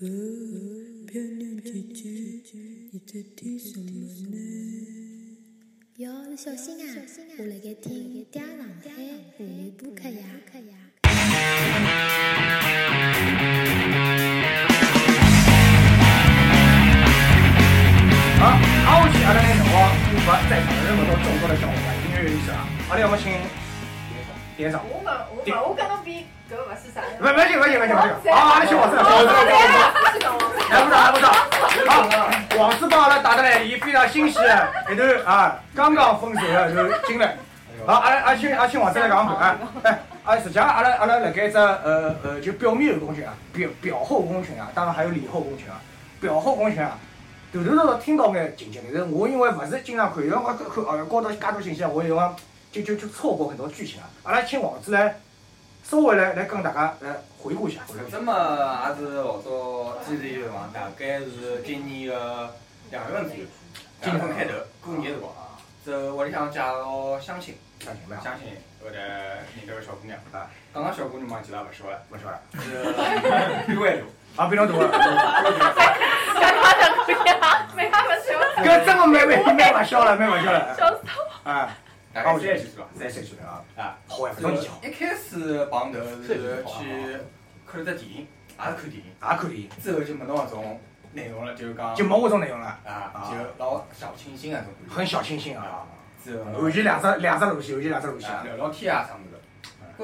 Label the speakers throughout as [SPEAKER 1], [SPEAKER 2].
[SPEAKER 1] 哦，漂亮姐姐，你在听什么呢？
[SPEAKER 2] 哟，你小心啊！我辣盖听《嗲浪海》妇女播客呀。
[SPEAKER 3] 好，挨下去阿拉拿辰光又把再场的任何到中国的交关音乐人上，阿拉要么请点上。
[SPEAKER 4] 我嘛，我嘛，我讲到比搿勿是啥。
[SPEAKER 3] 不，不要紧，不要紧，不要紧，不要紧。好，阿拉请王志，王志，王志，还不错，还不错。好，王志帮阿拉打得来，伊非常欣喜的，一头啊，刚刚分手的，就进来。好，阿拉阿请阿请王志来讲盘啊，哎，啊，实际上阿拉阿拉辣盖只呃呃，就表面有功群啊，表表后功群啊，当然还有里后功群啊，表后功群啊。头头头头听到眼情节，但是我因为勿是经常看，有辰光看看呃高头介多信息，我有辰光就就就错过很多剧情啊。阿拉请王子来稍微来来跟大家来回顾一下。
[SPEAKER 5] 搿只嘛也是老早之前辰光，大概是今年个两月份左右，两月份开头过年辰光，走屋里向介绍相亲，
[SPEAKER 3] 相亲吧，
[SPEAKER 5] 相亲后头认得个小姑娘，
[SPEAKER 3] 啊，
[SPEAKER 5] 刚刚小姑娘嘛其实也勿小了，
[SPEAKER 3] 勿晓得
[SPEAKER 5] 是六万多，
[SPEAKER 3] 啊，非常大了，
[SPEAKER 4] 没他们小，
[SPEAKER 3] 搿真个蛮蛮蛮勿小了，蛮勿小了。
[SPEAKER 4] 小死
[SPEAKER 3] 啊，
[SPEAKER 5] 大概三十几岁吧，
[SPEAKER 3] 三十岁了啊，
[SPEAKER 5] 啊，
[SPEAKER 3] 好呀，勿容易哦，
[SPEAKER 5] 一开始碰头是去看了只电影，也是看电影，
[SPEAKER 3] 也可以，
[SPEAKER 5] 之后就没到搿种内容了，就是讲
[SPEAKER 3] 就没我种内容了，
[SPEAKER 5] 啊，就老小清新啊种感觉，
[SPEAKER 3] 很小清新啊，
[SPEAKER 5] 之后
[SPEAKER 3] 完全两只两只路线，完全两只路线
[SPEAKER 5] 啊，聊聊天啊啥物事。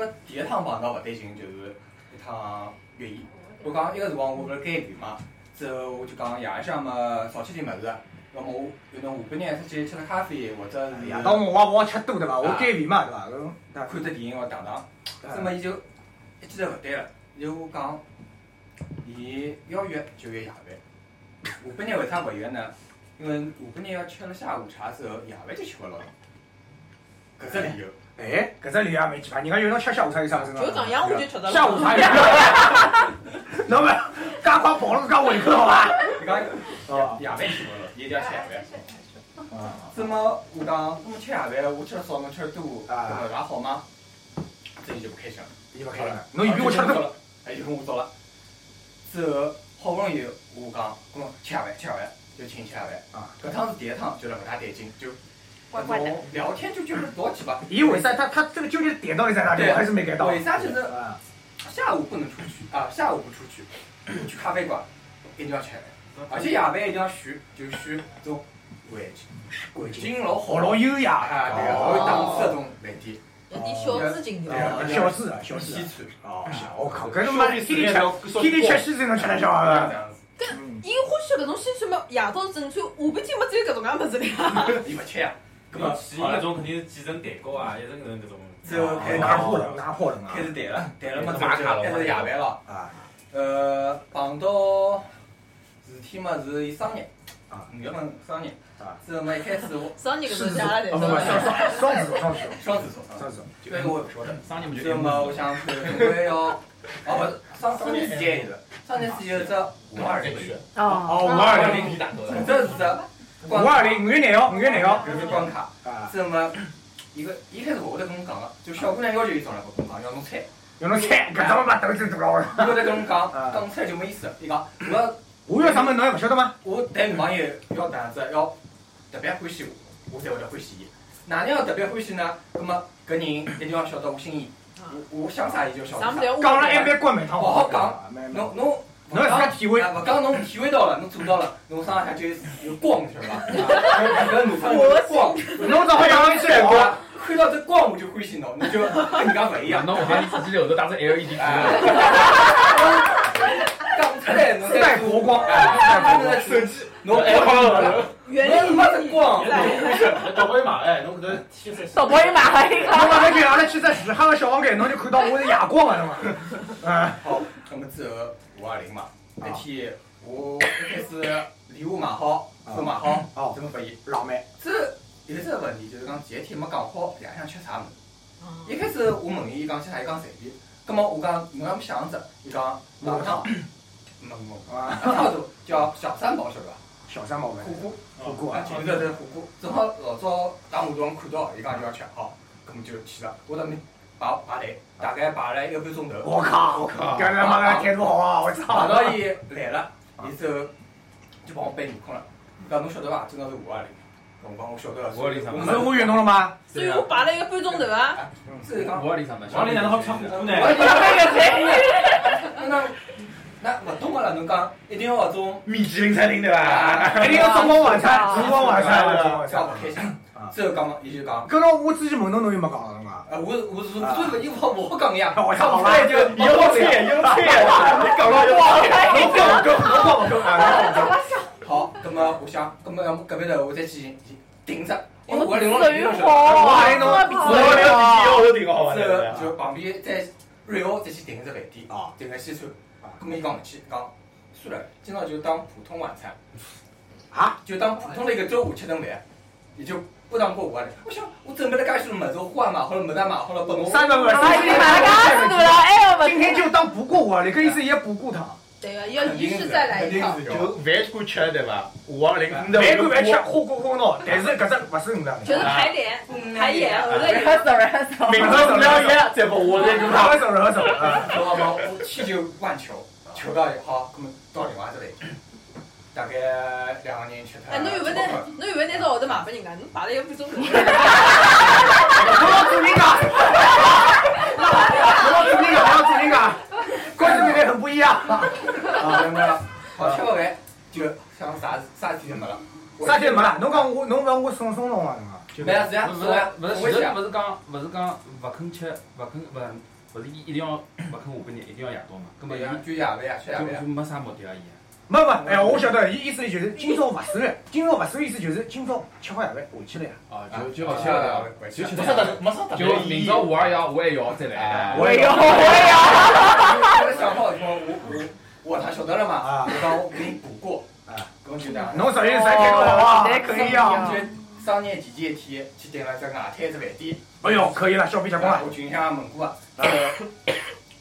[SPEAKER 5] 搿第一趟碰到勿对劲，就是一趟越野。我讲一个辰光我勿是减肥嘛，之后我就讲哎夜里向嘛少吃点物事，要么我有辰下半日出去吃个咖啡，或者是
[SPEAKER 3] 夜到我我勿好吃多对伐？我减肥嘛对伐？搿那
[SPEAKER 5] 看只电影或打打。那么伊就一记头勿对了，伊就讲，伊要约就约夜饭。下半日为啥勿约呢？因为下半日要吃了下午茶之后，夜饭就吃勿牢了。搿只理由。
[SPEAKER 3] 哎，搿只理由也蛮奇葩，人家有辰吃下午茶有啥事呢？
[SPEAKER 6] 就这样我就觉得
[SPEAKER 3] 下午茶有。那么，赶快跑了，赶胃口好吧？
[SPEAKER 5] 伊讲
[SPEAKER 3] 哦，
[SPEAKER 5] 夜饭吃勿牢，伊一定要吃夜饭。
[SPEAKER 3] 啊，
[SPEAKER 5] 怎么我讲，那么吃夜饭，我吃的少，侬吃的多，搿
[SPEAKER 3] 啊
[SPEAKER 5] 勿大好吗？这伊就不开心了，
[SPEAKER 3] 伊勿开了，侬以为我吃
[SPEAKER 5] 多
[SPEAKER 3] 多？
[SPEAKER 5] 了，哎，就跟我走了。之后好不容易我讲，咾吃夜饭，吃夜饭，就请吃夜饭。
[SPEAKER 3] 啊，
[SPEAKER 5] 搿趟是第一趟，觉得勿大对劲，就
[SPEAKER 4] 怪怪的。
[SPEAKER 5] 聊天就觉得老奇葩。
[SPEAKER 3] 伊为啥他他这个究竟点到底在哪里？我还是没 get 到。
[SPEAKER 5] 为啥就是
[SPEAKER 3] 啊？
[SPEAKER 5] 下午不能出去啊？下午不出去，去咖啡馆一定要吃夜饭，而且夜饭一定要选，就是选种环
[SPEAKER 3] 环
[SPEAKER 5] 境，环境老好
[SPEAKER 3] 好老优雅
[SPEAKER 5] 啊，对个，老有档次的种饭店。
[SPEAKER 6] 有点小资情调。
[SPEAKER 3] 啊，哦小资啊，小资
[SPEAKER 5] 西。啊餐，
[SPEAKER 3] 哦，我靠，搿他妈天天吃，天天吃西餐能吃得消
[SPEAKER 5] 这
[SPEAKER 3] 啊？
[SPEAKER 5] 样子，
[SPEAKER 6] 伊欢喜搿种西餐嘛，夜到正餐，下半天嘛只有搿种介物事了。
[SPEAKER 5] 你勿吃呀？搿
[SPEAKER 7] 搿么
[SPEAKER 5] 么
[SPEAKER 7] 去那种肯定是几层蛋糕啊，一层层搿种。
[SPEAKER 5] 最后开始
[SPEAKER 3] 哎拿破仑，拿破仑啊
[SPEAKER 5] 开！始谈了，谈了嘛，走就开始夜饭了。
[SPEAKER 3] 啊，
[SPEAKER 5] 呃，碰到事体嘛是伊生日，
[SPEAKER 3] 啊
[SPEAKER 5] 五月份生日
[SPEAKER 3] 啊，
[SPEAKER 5] 之后嘛一开始我
[SPEAKER 6] 生日搿
[SPEAKER 3] 狮子
[SPEAKER 6] 种谢
[SPEAKER 3] 座，
[SPEAKER 6] 阿
[SPEAKER 3] 啊不
[SPEAKER 6] 拉
[SPEAKER 3] 不，双
[SPEAKER 6] 侪
[SPEAKER 3] 双子座，双子座，
[SPEAKER 5] 双子座，双
[SPEAKER 3] 双
[SPEAKER 5] 子
[SPEAKER 3] 子座。
[SPEAKER 5] 座，这个我也不晓得。
[SPEAKER 7] 生日不
[SPEAKER 5] 之后嘛，我想看，我也要，啊不是，上上年时间是，上年时间有只五二零，
[SPEAKER 3] 哦，五二零，
[SPEAKER 7] 皮蛋糕
[SPEAKER 5] 这是只
[SPEAKER 3] 五二零，五月廿号，五月廿号。
[SPEAKER 5] 搿是关卡。
[SPEAKER 3] 啊，
[SPEAKER 5] 这么一个一开始我会得跟侬讲个，就小姑娘要求伊上来我跟侬讲，要侬猜，
[SPEAKER 3] 有侬猜，搿他妈头子大了。
[SPEAKER 5] 伊会得跟侬讲，
[SPEAKER 3] 啊
[SPEAKER 5] 讲侬猜就没意思了。伊讲我要
[SPEAKER 3] 我要啥么侬还勿晓得吗？
[SPEAKER 5] 我谈女朋友要哪能子，要特别欢喜我，我才会得欢喜伊。哪能要特别欢喜呢？葛么搿人一定要晓得我心意，我我想啥伊就晓得
[SPEAKER 6] 啥物
[SPEAKER 5] 啥
[SPEAKER 6] 事。要
[SPEAKER 3] 讲了还蛮关蛮趟，
[SPEAKER 5] 啊哦好好讲
[SPEAKER 3] 蛮，蛮
[SPEAKER 5] 侬侬
[SPEAKER 3] 侬自家体会。
[SPEAKER 5] 啊，勿讲侬体会到了，侬做到了，侬身浪向就有有光，晓 得伐？搿女生有光，
[SPEAKER 3] 侬只好讲一句闲话，
[SPEAKER 5] 看到这光我就欢喜侬，侬就跟人家勿 一样。
[SPEAKER 7] 那我喊你自己后头打只 LED
[SPEAKER 5] 哎，讲出来侬
[SPEAKER 3] 自带
[SPEAKER 5] 再
[SPEAKER 3] 佛光。
[SPEAKER 5] 看侬的手机，侬还光了，
[SPEAKER 6] 原
[SPEAKER 5] 侬没得光，
[SPEAKER 7] 导播也买哎，侬搿头 T 恤
[SPEAKER 6] 宝宝也买了一
[SPEAKER 3] 侬阿拉去阿拉去只徐哈个小房间，侬就看到我是夜光了嘛。啊，
[SPEAKER 5] 好，那么之后五二零嘛，那天我一开始礼物买好，都买好，
[SPEAKER 3] 哦
[SPEAKER 5] 怎么发现？
[SPEAKER 3] 老妹，
[SPEAKER 5] 这有一只问题就是讲前一天没讲好夜里向吃啥物事。一开始我问伊伊讲吃啥，伊讲随便。葛么我讲侬要么想着，伊讲麻汤，没没，
[SPEAKER 3] 啊，
[SPEAKER 5] 差不多叫小三宝晓得伐？
[SPEAKER 3] 小三毛呗
[SPEAKER 5] 火，锅。
[SPEAKER 3] 火锅
[SPEAKER 5] 啊
[SPEAKER 3] 嗯啊，，
[SPEAKER 5] 前头这火锅，正好老早打麻将看到，伊讲就要吃，好，葛么就去了。我倒没排排队，大概排了一个半钟头。
[SPEAKER 3] 我靠！
[SPEAKER 5] 我靠
[SPEAKER 3] 搿他妈的态度好啊！我操！
[SPEAKER 5] 排到伊来了，伊之后就帮我背面孔了。讲侬晓得伐？今朝是五二零，我讲我晓得了。
[SPEAKER 7] 五二零啥
[SPEAKER 5] 我
[SPEAKER 3] 不
[SPEAKER 5] 们
[SPEAKER 3] 是我运动了吗？
[SPEAKER 6] 所以我排了一个半钟头啊，
[SPEAKER 5] 这讲
[SPEAKER 7] 二零啥么？王林哪能好吃火锅呢？
[SPEAKER 5] 那那勿懂个了，侬讲一定要搿种
[SPEAKER 3] 米其林餐厅对
[SPEAKER 5] 啊
[SPEAKER 3] 吧？一定要烛光晚餐，烛光晚餐对吧？我
[SPEAKER 5] 啥
[SPEAKER 3] 操
[SPEAKER 5] 勿！开心。之后讲，伊就讲，
[SPEAKER 3] 搿种我之前问侬，侬又没讲侬啊？
[SPEAKER 5] 啊，我我是我是我我好讲呀，
[SPEAKER 3] 我操！好吧
[SPEAKER 5] 就
[SPEAKER 3] 有菜有菜，你搞了我搞够，我搞够啊！
[SPEAKER 5] 好，葛么我想，葛么要么搿边头我再去顶着，因为我
[SPEAKER 4] 我
[SPEAKER 5] 玲珑
[SPEAKER 4] 自
[SPEAKER 5] 玲
[SPEAKER 4] 由
[SPEAKER 5] 珑是，
[SPEAKER 3] 我
[SPEAKER 4] 活，
[SPEAKER 3] 还能我连我都顶好
[SPEAKER 5] 之后就旁边再瑞欧再去订只饭店，
[SPEAKER 3] 啊！
[SPEAKER 5] 订个西餐，葛么伊讲勿去，讲算了，今朝就当普通晚餐，
[SPEAKER 3] 啊，
[SPEAKER 5] 就当普通的一个周五吃顿饭，也就不当过五二零。我想我准备了介许多物事，我花也买好了，物事也买好了，拨我
[SPEAKER 3] 三百
[SPEAKER 4] 啊，
[SPEAKER 3] 万，
[SPEAKER 4] 你买噶是多了，还要勿
[SPEAKER 3] 今天就当不过我，你可以是也不过他。
[SPEAKER 6] 对个，要仪式再来一趟。
[SPEAKER 8] 就饭馆吃对吧？五二零，
[SPEAKER 3] 饭馆饭吃火锅火闹，但是搿只勿是五的。
[SPEAKER 6] 就是排练，排演，后头
[SPEAKER 4] 然后走，然后走。
[SPEAKER 8] 明朝五两一，再把我再给他。
[SPEAKER 3] 合手合手啊！
[SPEAKER 5] 好嘛，我千求万求，求到也好，那么到另外一只饭店，大概两个人吃脱。
[SPEAKER 6] 哎，侬有没得？侬有没得拿号头卖拨人家？侬排了一个半钟头，
[SPEAKER 3] 不要做人家，不要做人家，不要做人家，关注那个很不一样。
[SPEAKER 5] 啊，那么好吃个饭，就像啥事啥事体都没了。
[SPEAKER 3] 啥天没了？侬讲我，侬讲我送送侬啊？
[SPEAKER 5] 没事呀，
[SPEAKER 7] 不
[SPEAKER 5] 是
[SPEAKER 7] 是
[SPEAKER 5] 呀，
[SPEAKER 7] 不是，
[SPEAKER 5] 我
[SPEAKER 7] 其实不是讲不是讲勿肯吃，勿肯勿勿是一定要勿肯下半日，一定要夜到嘛。根
[SPEAKER 5] 没
[SPEAKER 7] 本伊
[SPEAKER 5] 呀，就夜饭呀，吃夜饭
[SPEAKER 7] 就就
[SPEAKER 5] 呀。
[SPEAKER 7] 没啥目的了，伊。
[SPEAKER 3] 没没，哎，我晓得，伊意思就是今朝勿收，今朝勿收意思就是今朝吃好夜饭回去了呀。
[SPEAKER 7] 哦，
[SPEAKER 5] 吃了，就
[SPEAKER 7] 就
[SPEAKER 8] 没啥特，没啥特别
[SPEAKER 7] 就明朝五二幺，我也要再来。
[SPEAKER 3] 我也要，
[SPEAKER 5] 我我想好以后，我我我他晓得了
[SPEAKER 3] 啊
[SPEAKER 5] 嘛，我讲我给你补过，啊，我就这样。
[SPEAKER 3] 侬属于啥天好啊？还可以啊。
[SPEAKER 5] 就商业前几一天去订了只外滩一只饭店，
[SPEAKER 3] 哎呦，可以了，消费结棍了。
[SPEAKER 5] 我群里向问过啊，呃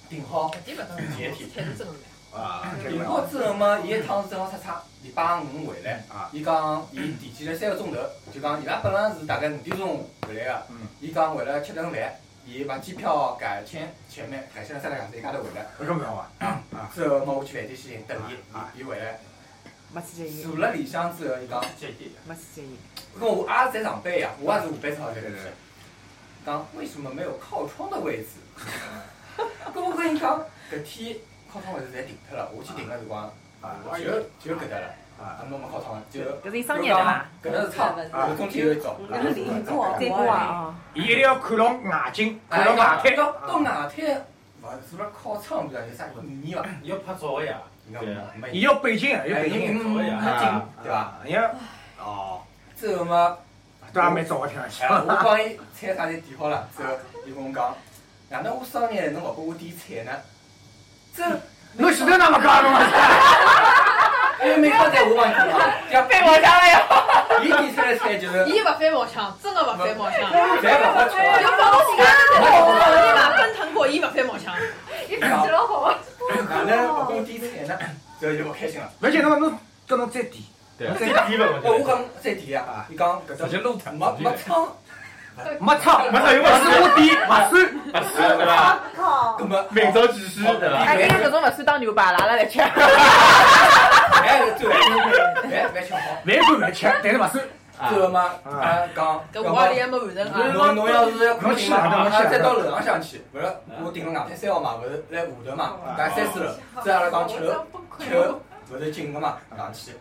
[SPEAKER 5] 订好。
[SPEAKER 6] 一点勿懂，态度真个
[SPEAKER 3] 啊，
[SPEAKER 5] 订好之后嘛，伊一趟是正好出差，礼拜五回来，
[SPEAKER 3] 嗯啊
[SPEAKER 5] 伊讲伊提前了三个钟头，就讲伊拉本来是大概五点钟回来个
[SPEAKER 3] 嗯，
[SPEAKER 5] 伊讲为了吃顿饭，伊把机票改签前面改签了三两个一家头回来，
[SPEAKER 3] 搿么好啊？
[SPEAKER 5] 之后嘛我去饭店先等
[SPEAKER 3] 嗯
[SPEAKER 5] 伊，伊回来
[SPEAKER 1] 没去接伊，
[SPEAKER 5] 坐了里向之后，伊讲，
[SPEAKER 1] 没去接伊。
[SPEAKER 5] 跟我阿是在上班呀，我也是下班才好在这里，讲为什么没有靠窗的位置？跟我跟伊讲，搿天靠窗位置侪订脱了，我去订个辰光，就就搿搭了，啊，侬没靠窗就。
[SPEAKER 1] 搿是伊商业的嘛？
[SPEAKER 5] 搿能是差勿多，中啊间有一种。
[SPEAKER 1] 再过啊！
[SPEAKER 3] 伊一定要看牢外景，看牢外
[SPEAKER 5] 外
[SPEAKER 3] 滩。
[SPEAKER 5] 到到外滩，勿是勿是靠窗边有啥意义伐？
[SPEAKER 7] 要拍照个呀。
[SPEAKER 5] 应该没
[SPEAKER 3] 伊要北京，要
[SPEAKER 5] 哎，
[SPEAKER 3] 北
[SPEAKER 5] 因为
[SPEAKER 3] 京，
[SPEAKER 5] 没近，对伐？？
[SPEAKER 3] 伊要哦，
[SPEAKER 5] 之后嘛，
[SPEAKER 3] 都还蛮早个听上去。
[SPEAKER 5] 哎，我帮伊菜啥侪点好了，之后伊跟我讲，哪能我生日侬勿拨我点菜呢？这
[SPEAKER 3] 侬前头哪么讲侬啊？
[SPEAKER 5] 因为每个在我帮伊讲，要
[SPEAKER 4] 被我家了呀！
[SPEAKER 5] 伊点出来菜就是
[SPEAKER 6] 伊勿翻毛腔，真个勿翻毛腔。
[SPEAKER 5] 饭勿好吃，
[SPEAKER 6] 就放到自家的头，我立马奔腾过，伊勿翻毛腔。
[SPEAKER 4] 你脾气老好，
[SPEAKER 5] 哪能勿拨我点菜呢？之后就勿开心了。
[SPEAKER 3] 勿要紧，侬侬叫侬再点，
[SPEAKER 7] 对
[SPEAKER 3] 侬再
[SPEAKER 8] 再
[SPEAKER 3] 点，
[SPEAKER 8] 低吧，
[SPEAKER 5] 我讲再点啊，伊讲搿
[SPEAKER 7] 直
[SPEAKER 5] 只
[SPEAKER 7] 接露场。
[SPEAKER 5] 没没窗。
[SPEAKER 3] 没唱，
[SPEAKER 8] 没啥用
[SPEAKER 3] 勿是我点，勿算。
[SPEAKER 8] 对吧？
[SPEAKER 5] 那么
[SPEAKER 8] 明朝几时对吧？
[SPEAKER 5] 哎
[SPEAKER 4] 哎，今天搿种勿算当牛排，拉拉来 吃。
[SPEAKER 5] 哎，最后哎，别吃好，
[SPEAKER 3] 饭馆勿吃，但是勿算。
[SPEAKER 5] 最后嘛，俺讲，
[SPEAKER 6] 搿五二零还没完成啊！
[SPEAKER 5] 侬侬要是不行嘛，俺啊再到楼浪向去，勿是我订了外滩三号嘛，勿是来下头嘛，大概三四楼，
[SPEAKER 4] 哦
[SPEAKER 5] 再阿拉讲七楼，七楼勿是进个嘛，上去，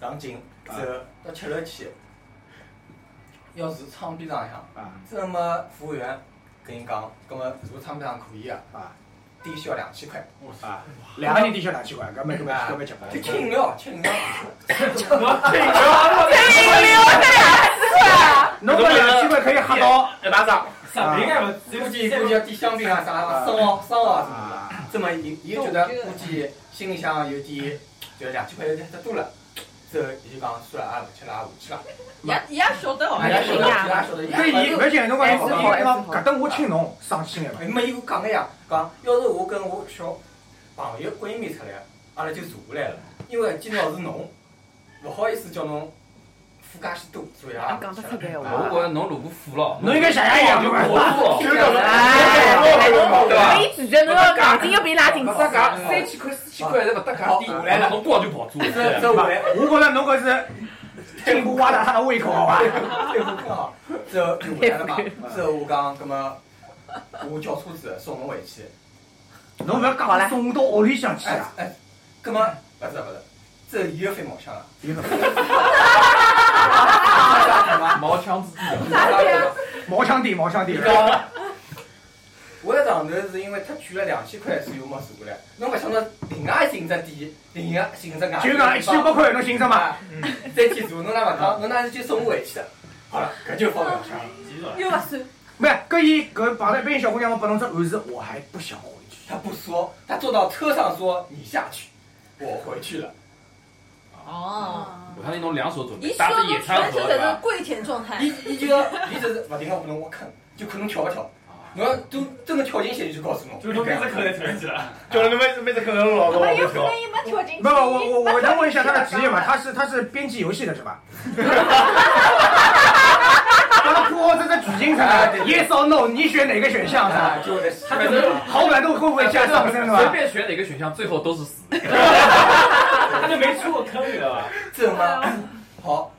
[SPEAKER 5] 上进，之后到七楼去，要是窗边上向，这么服务员跟你讲，葛么如果窗边上可以啊，低消两千块，
[SPEAKER 3] 啊，两个人点消两千块，搿蛮搿蛮搿蛮结棍。
[SPEAKER 5] 就吃饮料，吃 饮料，
[SPEAKER 6] 哎
[SPEAKER 3] 侬搿两千块可以喝到
[SPEAKER 8] 一大张，
[SPEAKER 7] 十瓶还勿
[SPEAKER 5] 估计估计要点香槟啊啥，生蚝生蚝啊什么的。这么伊伊觉得估计心里向有点，就两千块有点太多了。之后伊就讲算了，也勿吃了，哎也下去了。
[SPEAKER 6] 也也晓得哦，
[SPEAKER 5] 伊也晓得，伊也晓得，
[SPEAKER 3] 对伊，勿要紧，侬讲
[SPEAKER 5] 还是好
[SPEAKER 3] 伊讲搿等我请侬上去眼嘛。
[SPEAKER 5] 哎没伊讲个呀，讲要是我跟我小朋友闺蜜出来，阿拉就坐下来了，因为今朝是侬，勿好意思叫侬副驾驶多，所以
[SPEAKER 4] 侬
[SPEAKER 5] 啊，
[SPEAKER 4] 讲得出
[SPEAKER 5] 吃了
[SPEAKER 4] 闲话
[SPEAKER 7] 我觉着侬如果富了，
[SPEAKER 3] 侬应该像爷一样
[SPEAKER 7] 就活富了。
[SPEAKER 4] 对吧？伊拒绝侬要硬劲要被拉进去
[SPEAKER 7] 不。搭嘎，三千块、四千块侪不搭嘎，
[SPEAKER 5] 好
[SPEAKER 7] 低
[SPEAKER 5] 我
[SPEAKER 7] 下
[SPEAKER 5] 来
[SPEAKER 7] 来
[SPEAKER 5] 了
[SPEAKER 7] 了，侬多少就跑住
[SPEAKER 5] 这啊这
[SPEAKER 7] 了。
[SPEAKER 5] 我来，
[SPEAKER 3] 我觉着侬搿是进一步挖大他的胃口，好吧？
[SPEAKER 5] 啊对我更好。之后就回来了 嘛，之后我讲，葛么我叫车子送侬回去。
[SPEAKER 3] 侬勿要
[SPEAKER 4] 好嘞
[SPEAKER 3] 讲送我到屋里向去
[SPEAKER 5] 哎
[SPEAKER 3] 啊！
[SPEAKER 5] 哎，葛么勿是勿是，这伊又翻毛腔了，
[SPEAKER 3] 伊个
[SPEAKER 5] 啊
[SPEAKER 7] 毛枪子
[SPEAKER 3] 毛枪弟，毛枪弟，
[SPEAKER 5] 我在上头是因为他取了两千块，所以我没坐过来。侬勿想到另外寻只店，另外寻只外地
[SPEAKER 3] 就哎讲一千五百块，侬寻什么？
[SPEAKER 5] 嘛，再去坐，侬哪勿讲，侬哪是就送我回去的。好了，搿就放苗腔了。
[SPEAKER 6] 又勿算，
[SPEAKER 3] 没，搿伊搿绑在一边小姑娘，我拨侬只暗示，呃我还不想回去。
[SPEAKER 5] 他不说，他坐到车上说：“你下去，我回去了。
[SPEAKER 4] 哦，
[SPEAKER 7] 我看你侬两手准备
[SPEAKER 6] 伊，
[SPEAKER 7] 搭
[SPEAKER 6] 说
[SPEAKER 7] 着
[SPEAKER 6] 侬
[SPEAKER 7] 野
[SPEAKER 6] 全
[SPEAKER 7] 餐盒
[SPEAKER 6] 程
[SPEAKER 7] 对
[SPEAKER 6] 侪
[SPEAKER 7] 吧
[SPEAKER 6] 是？跪舔状态
[SPEAKER 5] 伊。伊就要，伊就是勿停个拨侬挖坑，就看侬跳勿跳。侬要都真的跳进去，伊啊就告诉侬。
[SPEAKER 8] 就是侬每次口才出去了，叫侬每次每次口才老
[SPEAKER 9] 那
[SPEAKER 8] 多
[SPEAKER 9] 有可能伊没跳进去。
[SPEAKER 3] 没有，我我我能问一下他的职业吗？他是他是编辑游戏的是吧？他的铺好这个剧情出来，Yes 啊 or No，你选哪个选项是吧
[SPEAKER 5] 啊，？就在
[SPEAKER 7] 他可能
[SPEAKER 3] 好感度会不会加上升是啊
[SPEAKER 7] 随
[SPEAKER 3] 吧？
[SPEAKER 7] 便选哪个选项，最后都是死。
[SPEAKER 8] 他就没出过坑，你知道吧？
[SPEAKER 5] 正嘛，
[SPEAKER 6] 啊
[SPEAKER 5] 好，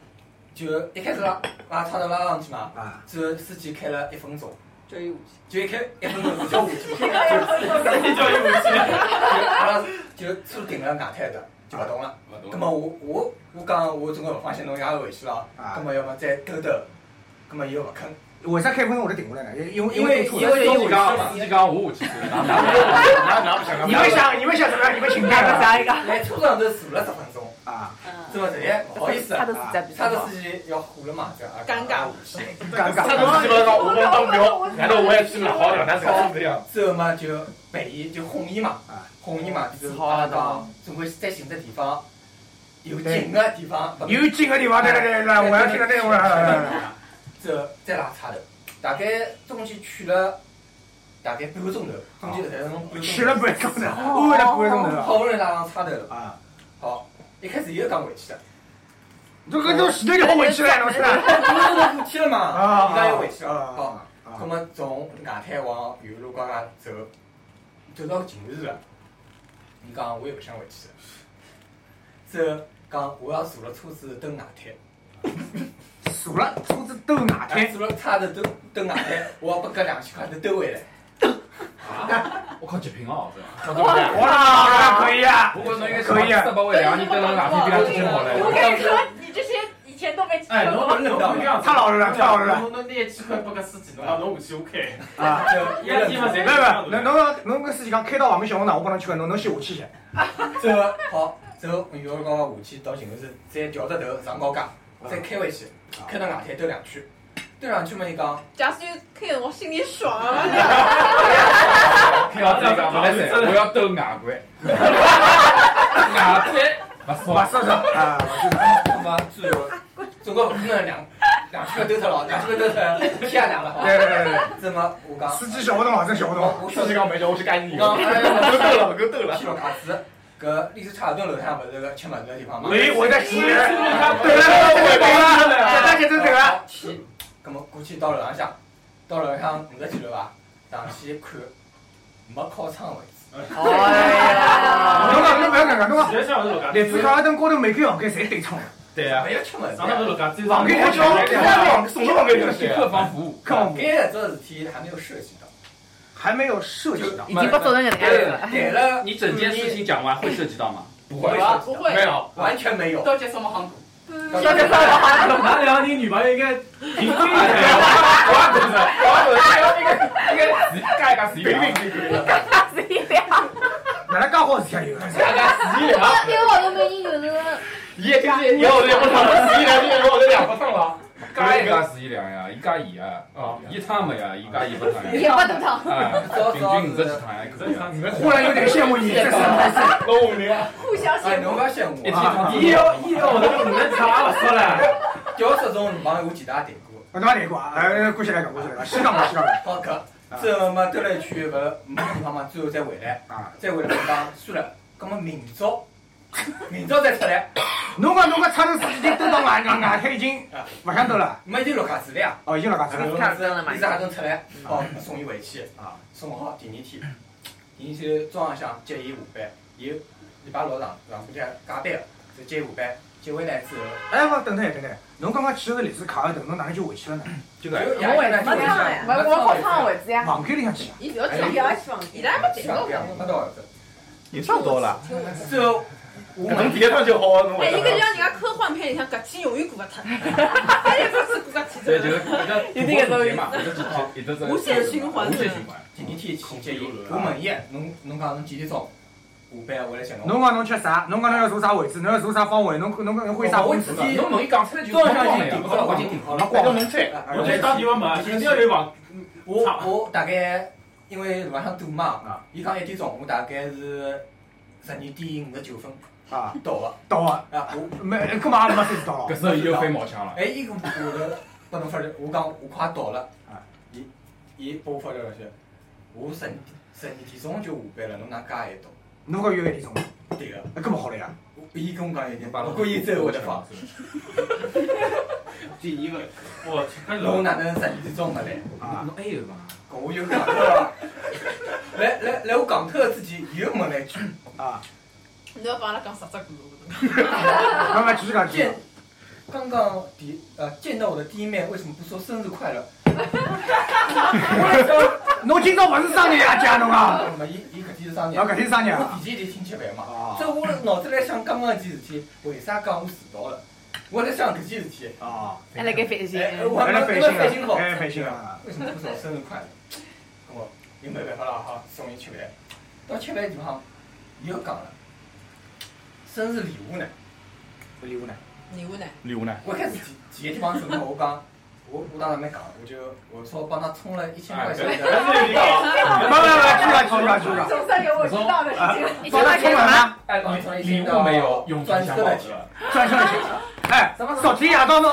[SPEAKER 5] 就一开始拉拉车头拉上去嘛，
[SPEAKER 3] 啊，
[SPEAKER 5] 之后司机开了一分钟，
[SPEAKER 6] 就伊下去。
[SPEAKER 5] 就一开一分钟就叫下去 嘛，
[SPEAKER 8] 你叫伊回去，
[SPEAKER 5] 就阿拉就车停了外滩的，就勿动了。葛么我我我讲我总归勿放心侬爷回去了，
[SPEAKER 3] 啊
[SPEAKER 5] 葛么要么再兜兜，葛么伊又勿肯。
[SPEAKER 3] 为啥开分钟我就顶过来呢？因为
[SPEAKER 5] 因为
[SPEAKER 3] 出
[SPEAKER 5] 因
[SPEAKER 3] 了。
[SPEAKER 5] 为
[SPEAKER 7] 司
[SPEAKER 5] 有
[SPEAKER 7] 机讲，司机讲我下去了，哪哪
[SPEAKER 8] 哪哪不想
[SPEAKER 3] 你们想你们想怎么样？你们请
[SPEAKER 4] 那
[SPEAKER 3] 看
[SPEAKER 4] 个
[SPEAKER 3] 啊
[SPEAKER 4] 啥一个，
[SPEAKER 5] 来车上头坐了十分钟，
[SPEAKER 3] 啊，
[SPEAKER 6] 嗯
[SPEAKER 5] 是不 是？哎，不好意思
[SPEAKER 4] 他
[SPEAKER 5] 啊
[SPEAKER 4] 的，死在比
[SPEAKER 5] 他
[SPEAKER 4] 较
[SPEAKER 5] 的
[SPEAKER 4] 好。
[SPEAKER 5] 司机要火了嘛，这样啊
[SPEAKER 6] 尴尬
[SPEAKER 5] 无视。
[SPEAKER 3] 尴
[SPEAKER 8] 他
[SPEAKER 3] 尬。
[SPEAKER 8] 都基本上我们当标，难道我也去了？好了，那是个这样。
[SPEAKER 5] 之后嘛就陪伊，就哄伊嘛
[SPEAKER 3] 啊，
[SPEAKER 5] 哄伊嘛，就是
[SPEAKER 4] 好
[SPEAKER 5] 阿拉
[SPEAKER 4] 的
[SPEAKER 5] 讲总归再寻个地方，有近个地方，不
[SPEAKER 3] 有几个地方，对对对对，我要听到那种了。
[SPEAKER 5] 之后再拉差头，大概中间去了大概半个钟头，中间才弄半个钟头
[SPEAKER 3] 去了半个钟头，为了半个钟
[SPEAKER 5] 好
[SPEAKER 3] 头
[SPEAKER 5] 不容易拉上差头了，
[SPEAKER 3] 啊！
[SPEAKER 5] 好，一开始又讲回去了，
[SPEAKER 3] 这个都石头就好回去了，侬是吧？
[SPEAKER 5] 半个钟头过去了嘛，伊拉又回去了，好。
[SPEAKER 3] 啊
[SPEAKER 5] 葛么从外滩往远路高架走，走到近市了。伊讲我也不想回去了，之后讲我要坐了车子登外滩，
[SPEAKER 3] 坐了车子兜外
[SPEAKER 5] 哎，
[SPEAKER 3] 滩，
[SPEAKER 5] 坐了车子登登外滩，我要把搿两千块头兜回来。
[SPEAKER 7] 我靠，极品哦！
[SPEAKER 3] 哇，可以啊！
[SPEAKER 7] 不过侬应该
[SPEAKER 3] 可以啊
[SPEAKER 7] 四百万两，你跟侬哪天比他极品好
[SPEAKER 9] 我
[SPEAKER 7] 嘞？
[SPEAKER 9] 跟你说，你这些以前都没听
[SPEAKER 8] 哎，侬
[SPEAKER 9] 过。
[SPEAKER 8] 侬侬这样，
[SPEAKER 3] 太老实了，太老实了
[SPEAKER 8] 侬侬拿几块拨个司机，侬让侬下去我开。
[SPEAKER 3] 啊！
[SPEAKER 5] 就一
[SPEAKER 8] 一个
[SPEAKER 5] 人
[SPEAKER 8] 地方
[SPEAKER 3] 没
[SPEAKER 8] 侪
[SPEAKER 3] 有没有，侬侬侬跟司机讲开到旁边小红堂，我帮侬去个，侬侬先下去先。
[SPEAKER 5] 走好，走远路高架下去到近市，再调只头上高架，再开回去，开到外滩兜两圈，兜两圈嘛伊讲，
[SPEAKER 6] 假使开我心里爽啊！
[SPEAKER 7] 开到这个，不来塞，我要斗外国。外国不
[SPEAKER 3] 哇，
[SPEAKER 7] 爽，
[SPEAKER 3] 是是啊，
[SPEAKER 5] 那么最后总共可能两两千块兜脱了，两千块兜脱天也亮了，好吧
[SPEAKER 3] 对对对对，
[SPEAKER 5] 这么我讲。
[SPEAKER 3] 司机小红堂还是小红堂，
[SPEAKER 5] 我
[SPEAKER 8] 司机讲没叫我去干哦你。哎够斗了，
[SPEAKER 5] 刚
[SPEAKER 8] 够斗了。
[SPEAKER 5] 去了卡子，搿丽思查尔顿楼下勿是个吃物事个地方嘛？
[SPEAKER 3] 喂，我在洗人，对了，
[SPEAKER 8] 我
[SPEAKER 3] 对了，大家都对了，
[SPEAKER 5] 去，葛末过去到楼浪向，到楼浪向五十几楼伐，上去一看，没靠窗位置，
[SPEAKER 4] 哎呀，
[SPEAKER 3] 侬讲侬不要讲讲，侬讲，
[SPEAKER 8] 实际上是老
[SPEAKER 3] 立志卡尔顿高头每个房间侪对冲，
[SPEAKER 8] 对啊，
[SPEAKER 5] 没有吃物事
[SPEAKER 8] 上趟是
[SPEAKER 5] 个。
[SPEAKER 8] 老家，最
[SPEAKER 3] 房间
[SPEAKER 8] 我
[SPEAKER 3] 还
[SPEAKER 8] 叫
[SPEAKER 3] 交，
[SPEAKER 8] 送到房间去
[SPEAKER 7] 客房服务，
[SPEAKER 3] 看我们
[SPEAKER 5] 搿只事体还没有涉及到，
[SPEAKER 3] 还没有涉及到
[SPEAKER 4] 已。经不做成搿能样了。
[SPEAKER 5] 谈了
[SPEAKER 7] 你整件事情讲完会涉及到吗？
[SPEAKER 5] 不
[SPEAKER 8] 会
[SPEAKER 6] 哦不会
[SPEAKER 8] 没，有，
[SPEAKER 5] 完全没有。
[SPEAKER 4] 到结束没好过。
[SPEAKER 5] 到
[SPEAKER 4] 到结束没好过。
[SPEAKER 8] 那两个你女朋友应该挺贵的，
[SPEAKER 7] 干一干死一
[SPEAKER 8] 平
[SPEAKER 7] 平。
[SPEAKER 8] 平平
[SPEAKER 4] 是一样。
[SPEAKER 3] 哪能介好事体啊？有个
[SPEAKER 8] 大家十一两，
[SPEAKER 9] 一个号头每人就是
[SPEAKER 8] 伊也就是一号头不上了，十一两，一号头两不上了。
[SPEAKER 7] 干一干死一两呀，一加一啊，
[SPEAKER 8] 啊，
[SPEAKER 7] 一趟没呀，一加一不趟呀，
[SPEAKER 9] 也不得趟。
[SPEAKER 7] 哎，平均五十几趟呀，可以啊。
[SPEAKER 3] 忽然有点羡慕你，这是
[SPEAKER 8] 老五零啊，
[SPEAKER 9] 互相
[SPEAKER 5] 哎，
[SPEAKER 9] 羡慕
[SPEAKER 5] 侬。勿要羡慕
[SPEAKER 8] 一
[SPEAKER 5] 我
[SPEAKER 8] 天
[SPEAKER 5] 啊！
[SPEAKER 8] 趟 一号一号头五十场不说了，
[SPEAKER 5] 屌丝种辰光我记得也谈过，
[SPEAKER 3] 我他妈难过啊！哎，过去来讲，过去来讲，西藏吧，西藏吧。
[SPEAKER 5] 好搿之后嘛兜了一圈，勿是没地方嘛，最后再回来。
[SPEAKER 3] 啊，
[SPEAKER 5] 再回来我讲，算了，葛么明朝 明朝再出来，
[SPEAKER 3] 侬讲侬个差头司机都到外外外头已经勿想兜了，
[SPEAKER 5] 没就六卡子了呀。
[SPEAKER 3] 哦，已经老家子了。
[SPEAKER 4] 卡死了嘛嗯
[SPEAKER 5] 你？是还能出来？哦，送伊回去啊，送好第二天，第二天早浪向接伊下班，伊礼拜六上上班加班了，就接伊下班，接回来之后，
[SPEAKER 3] 哎，我等等等等，侬刚刚去的是类似卡尔顿，侬哪能就回去了呢？
[SPEAKER 7] 就
[SPEAKER 5] 就
[SPEAKER 7] 搿。
[SPEAKER 5] 夜
[SPEAKER 4] 我回
[SPEAKER 5] 里向
[SPEAKER 4] 去没趟
[SPEAKER 6] 呀
[SPEAKER 4] 我我好趟位置呀。
[SPEAKER 3] 房间里向去啊？
[SPEAKER 6] 伊不要去，
[SPEAKER 5] 哎
[SPEAKER 6] 伊拉去伊拉没去过
[SPEAKER 5] 没。到儿子。
[SPEAKER 8] 你上到了，
[SPEAKER 5] 之后我
[SPEAKER 8] 侬
[SPEAKER 5] 问
[SPEAKER 8] 第一趟就好，侬
[SPEAKER 6] 哎，
[SPEAKER 8] 会
[SPEAKER 6] 伊
[SPEAKER 8] 得
[SPEAKER 6] 搿就
[SPEAKER 8] 了。
[SPEAKER 6] 像人家科幻片里向搿天永远过勿脱，反正不是过搿天
[SPEAKER 7] 对，
[SPEAKER 6] 真
[SPEAKER 7] 就
[SPEAKER 6] 的。
[SPEAKER 7] 是一
[SPEAKER 4] 定搿种
[SPEAKER 7] 嘛，一直一直
[SPEAKER 6] 无限循环
[SPEAKER 7] 无限循环。
[SPEAKER 5] 第二天去接伊，我问伊，侬侬讲侬几点钟下班？我来接侬。
[SPEAKER 3] 侬讲侬吃啥？侬讲侬要坐啥位置？侬要坐啥方位？侬侬侬会啥位置？
[SPEAKER 7] 侬侬一讲出来就
[SPEAKER 5] 早浪向已经订好了，我已经订好了。
[SPEAKER 8] 那叫侬菜。
[SPEAKER 7] 我在打电话嘛，肯定要有房。
[SPEAKER 5] 我我大概因为路浪向堵嘛，伊讲一点钟，我大概是十二点五十九分
[SPEAKER 3] 啊，
[SPEAKER 5] 到个。
[SPEAKER 3] 到啊，
[SPEAKER 5] 啊，我
[SPEAKER 3] 没干嘛没睡到
[SPEAKER 7] 搿时候伊又翻毛腔了。
[SPEAKER 5] 哎，伊跟我头拨侬发消息，我讲我快到了，伊伊拨我发消息，我十二十二点钟就下班了，侬哪介晚到？
[SPEAKER 3] 侬搿约一点钟，
[SPEAKER 5] 对个，
[SPEAKER 3] 啊搿么好了呀？
[SPEAKER 5] 我伊跟我讲一点，如果伊再会得放，。
[SPEAKER 7] 第一个，我去，搿
[SPEAKER 5] 侬哪能十二点钟勿来？
[SPEAKER 3] 啊，
[SPEAKER 7] 侬还有伐？
[SPEAKER 5] 搿我就讲脱了。来来来，我讲脱了之前，伊又问了一句，
[SPEAKER 3] 啊，
[SPEAKER 6] 你要帮阿拉讲十只故事。
[SPEAKER 3] 慢慢继续讲，继续
[SPEAKER 5] 见
[SPEAKER 3] 讲。
[SPEAKER 5] 刚刚第呃见到我的第一面，为什么不说生日快乐？
[SPEAKER 3] 侬今朝勿是生日呀，姐侬啊？
[SPEAKER 5] 那么伊伊搿天是生日
[SPEAKER 3] 啊，，搿天生日
[SPEAKER 5] 我
[SPEAKER 3] 啊？
[SPEAKER 5] 提前一天吃饭嘛。
[SPEAKER 3] 啊
[SPEAKER 5] 所以我脑子里想刚刚一件事体，为啥讲我迟到了？我在想搿件事体，
[SPEAKER 3] 啊，
[SPEAKER 4] 还辣盖反省。
[SPEAKER 5] 哎，我
[SPEAKER 3] 还
[SPEAKER 5] 还没
[SPEAKER 3] 来
[SPEAKER 5] 没
[SPEAKER 3] 费
[SPEAKER 5] 反
[SPEAKER 3] 心
[SPEAKER 5] 省
[SPEAKER 3] 了，
[SPEAKER 5] 好，
[SPEAKER 3] 还来费心啊！
[SPEAKER 5] 为什么不说生日快乐？跟我又没办法了哈，送伊吃饭。到吃饭地方又讲了，生日礼物呢？
[SPEAKER 3] 礼物呢？
[SPEAKER 6] 礼物呢？
[SPEAKER 8] 礼物呢？
[SPEAKER 5] 我一开始第第一地方时候我讲，我我当时没讲，我就我说帮他充了一千块
[SPEAKER 7] 哎
[SPEAKER 5] 钱的，
[SPEAKER 3] 慢慢慢，继续讲，继续讲，继续
[SPEAKER 9] 总算有我知道的事情了。
[SPEAKER 3] 讲。帮他充满了，
[SPEAKER 5] 哎，帮他充了一千
[SPEAKER 7] 礼物没有，用
[SPEAKER 5] 用
[SPEAKER 7] 专
[SPEAKER 5] 专
[SPEAKER 7] 箱
[SPEAKER 5] 车
[SPEAKER 7] 包
[SPEAKER 5] 的
[SPEAKER 7] 子
[SPEAKER 5] 钱。。
[SPEAKER 3] 转转转。哎，昨天夜到侬，